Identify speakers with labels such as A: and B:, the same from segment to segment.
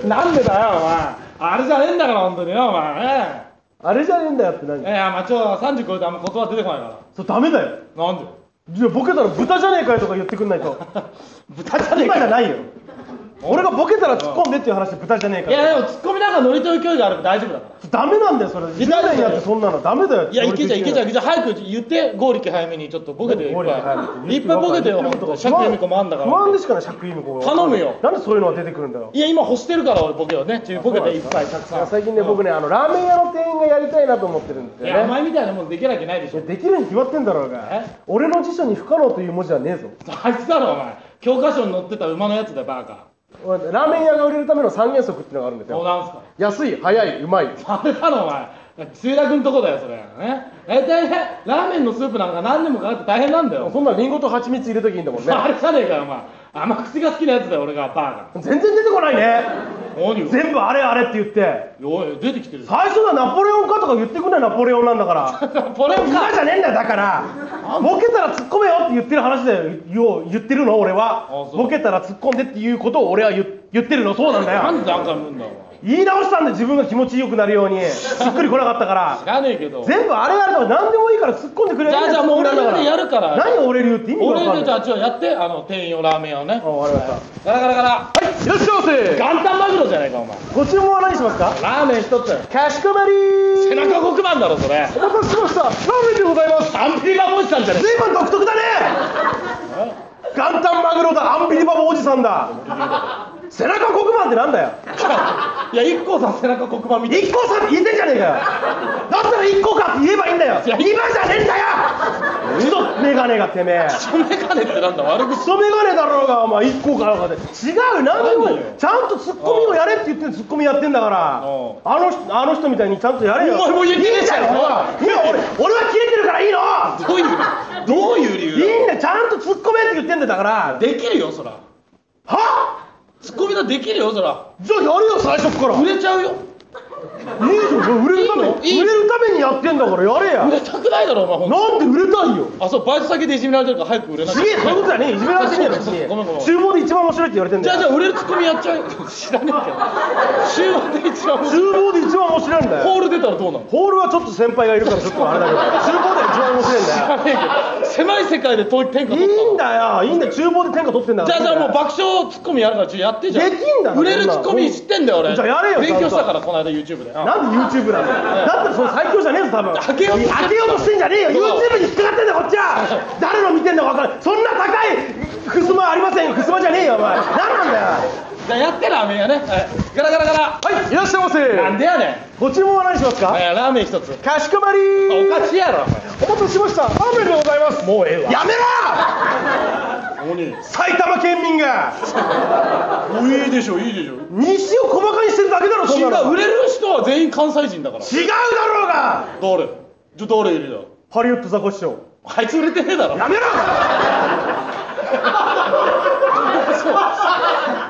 A: よお前あれじゃねえんだから本当によお前え
B: あれじゃねえんだよって
A: え
B: 何
A: ええまあちょ30超えてあんま言葉出てこないか
B: そうダメだよ
A: らなんで
B: じゃあボケたら豚じゃねえかよとか言ってくんないと
A: 豚じゃねえ
B: 今
A: か
B: じゃないよ俺がボケたら突っ込んでっていう話で豚じゃねえ
A: い
B: かよ
A: やでもツッコミなんか乗りとる距離があれば大丈夫だから
B: ダメなんだよそれ10代になってそんなのダメだよ
A: いやいけちゃういけちゃうい
B: い
A: けちゃう早く言って剛力早めにちょっとボケてよい
B: ゴ
A: っ
B: リラ早
A: ぱ
B: く
A: いいっぱいボケてよほんと釈由美子もあんだか
B: 不安
A: ら
B: でしかない釈由美子が
A: 頼むよ
B: なんでそういうのが出てくるんだよ
A: いや今欲してるから俺ボケをねちゅうボケていっぱいたくさん
B: 最近ね僕ねあのラーメン屋の店員がやりたいなと思ってるんです
A: い
B: よ
A: やお
B: ね
A: 前みたいなもんできるわけないでし
B: いや
A: ょ
B: できるに決まってんだろうが
A: え
B: 俺の辞書に不可能という文字はねえぞ
A: あいつだろお前教科書に載ってた馬のやつだよバカ
B: ラーメン屋が売れるための三原則っていうのがあるんです
A: そう
B: よ
A: なんすか
B: 安い早いうまい
A: あれだろお前墜落のとこだよそれね大体ねラーメンのスープなんか何年もかかって大変なんだよ
B: そんなリンゴと蜂蜜入れときいいんだもん ね
A: あれじゃねえかよお前甘口が好きなやつだよ俺がバ
B: 全然出てこないね
A: カ何を
B: 全部あれあれって言って
A: おい出てきてる
B: 最初はナポレオンかとか言ってくんないナポレオンなんだから
A: これか
B: 今じゃねえんだよだからボケたら突っ込めよって言ってる話だよよう言ってるの俺は
A: あそう
B: ボケたら突っ込んでっていうことを俺は言言ってるのそうなんだ
A: な
B: よ
A: んで何回も言うんだよ
B: 言い直したんで自分が気持ちよくなるようにしっくりこなかったから
A: 知らねえけど
B: 全部あれあれとか何でもいいから突っ込んでくれる
A: じゃあじゃあもう俺流でやるから
B: 何俺流って意味わか
A: 俺
B: ん
A: でじ
B: ない
A: ゃあちょっとやってあの店員用ラーメン屋をね
B: あわかりました
A: ガラガラガラ
B: はいいらっしゃいませ
A: 元旦マグロじゃないかお前
B: ご注文は何しますか
A: ラーメン一つ
B: かしこまりー
A: 背中黒板だろそれ
B: お待たせしましたラーメンでございます
A: アンピリバボおじさんじゃね
B: 随分独特だね元旦マグロだアンビリバボおじさんだ背中黒板ってなんだよ
A: えかいや一 k さん背中黒板見て
B: 一個さん言えてんじゃねえかよだったら一個かって言えばいいんだよ
A: いや
B: 今じゃねえんだよクソメガネがてめえ
A: そメガネってなんだ悪口
B: クソメガネだろうがお前一個かなんかで違う何でも
A: 何よ
B: ちゃんとツッコミをやれって言ってツッコミやってんだからあ
A: うん
B: の人あの人みたいにちゃんとやれよ
A: お前も言えてねえじゃん
B: いいんだよおいいや俺俺はキレてるからいいの
A: どういうどういう理由
B: いいんだよちゃんとツッコめって言ってんだよだから
A: だよできるよそら
B: は
A: ツッコミだできるよそら
B: じゃあやるよ最初から
A: 売れちゃうよ
B: いいじゃん売れるため
A: い
B: に
A: いのいい
B: 売れるためにやってんだからやれや
A: 売れたくないだろお前ほんと
B: なんで売れたいよ
A: あそうバイト先でいじめられてるから早く売れなき
B: す
A: ゃ
B: げえそういうことじゃねえいじめられてねえよ別に
A: ごめんごめん
B: 厨房で一番面白いって言われてん
A: じ
B: だ
A: ゃあじゃ
B: よ
A: あ売れるツッコミやっちゃうよ知らねえけど週末で一番面白
B: 厨
A: い
B: 房で一番面白いんだよ
A: ホール出たらどうなの
B: ホールはちょっと先輩がいるからちょっとあ れだけど厨房では一番面白いんだよ
A: 狭い世界で遠い天下
B: いい
A: 取った
B: ん
A: の
B: だよいいんだよ厨房で天下取ってんだか
A: じゃ
B: ら
A: あじゃあもう爆笑ツッコミやるからちょっとやってじゃ
B: で
A: ん
B: きんだろ
A: 売れるツッコミ知ってんだよ俺
B: じゃあやれよ
A: 勉強し
B: ちゃん
A: た
B: と
A: からこの間 YouTube でうん
B: なんで YouTube なんだよだったらそれ最強じゃねえぞ多分
A: 開けようとしてんだ
B: 開けようとしてんじゃねえよ
A: そう
B: YouTube に引っかかってんだよこっちは誰の見てんだか分からないそんな高いふすまありませんよふすまじゃねえよお前何なんだよ
A: じゃあやってラーメン屋ねはいガラガラガラ
B: はいいらっしゃいま
A: なん
B: せ
A: でやねん
B: ご注文は何しますか
A: えーラーメン一つ
B: かしこまり
A: お
B: ー
A: かしいやろ
B: お待たせしましたラーメンでございます
A: もうええわ
B: やめろ
A: 鬼
B: 埼玉県民が
A: もういいでしょいいでしょ
B: 西を細かにしてるだけだろそん
A: 違
B: なの
A: う売れる人は全員関西人だから
B: 違うだろうが
A: 誰じゃあ誰いるよ
B: ハリウッドザコシショウ
A: あいつ売れてねえだろ
B: や めろ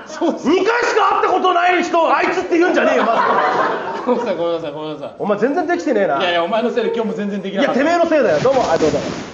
A: そう
B: 2回しか会ったことない人をあいつって言うんじゃねえよまず
A: ごめんなさいごめんなさいごめんなさい
B: お前全然できてねえない
A: やいやお前のせいで今日も全然できない
B: や
A: かった
B: てめえのせいだよどうもありがとうございます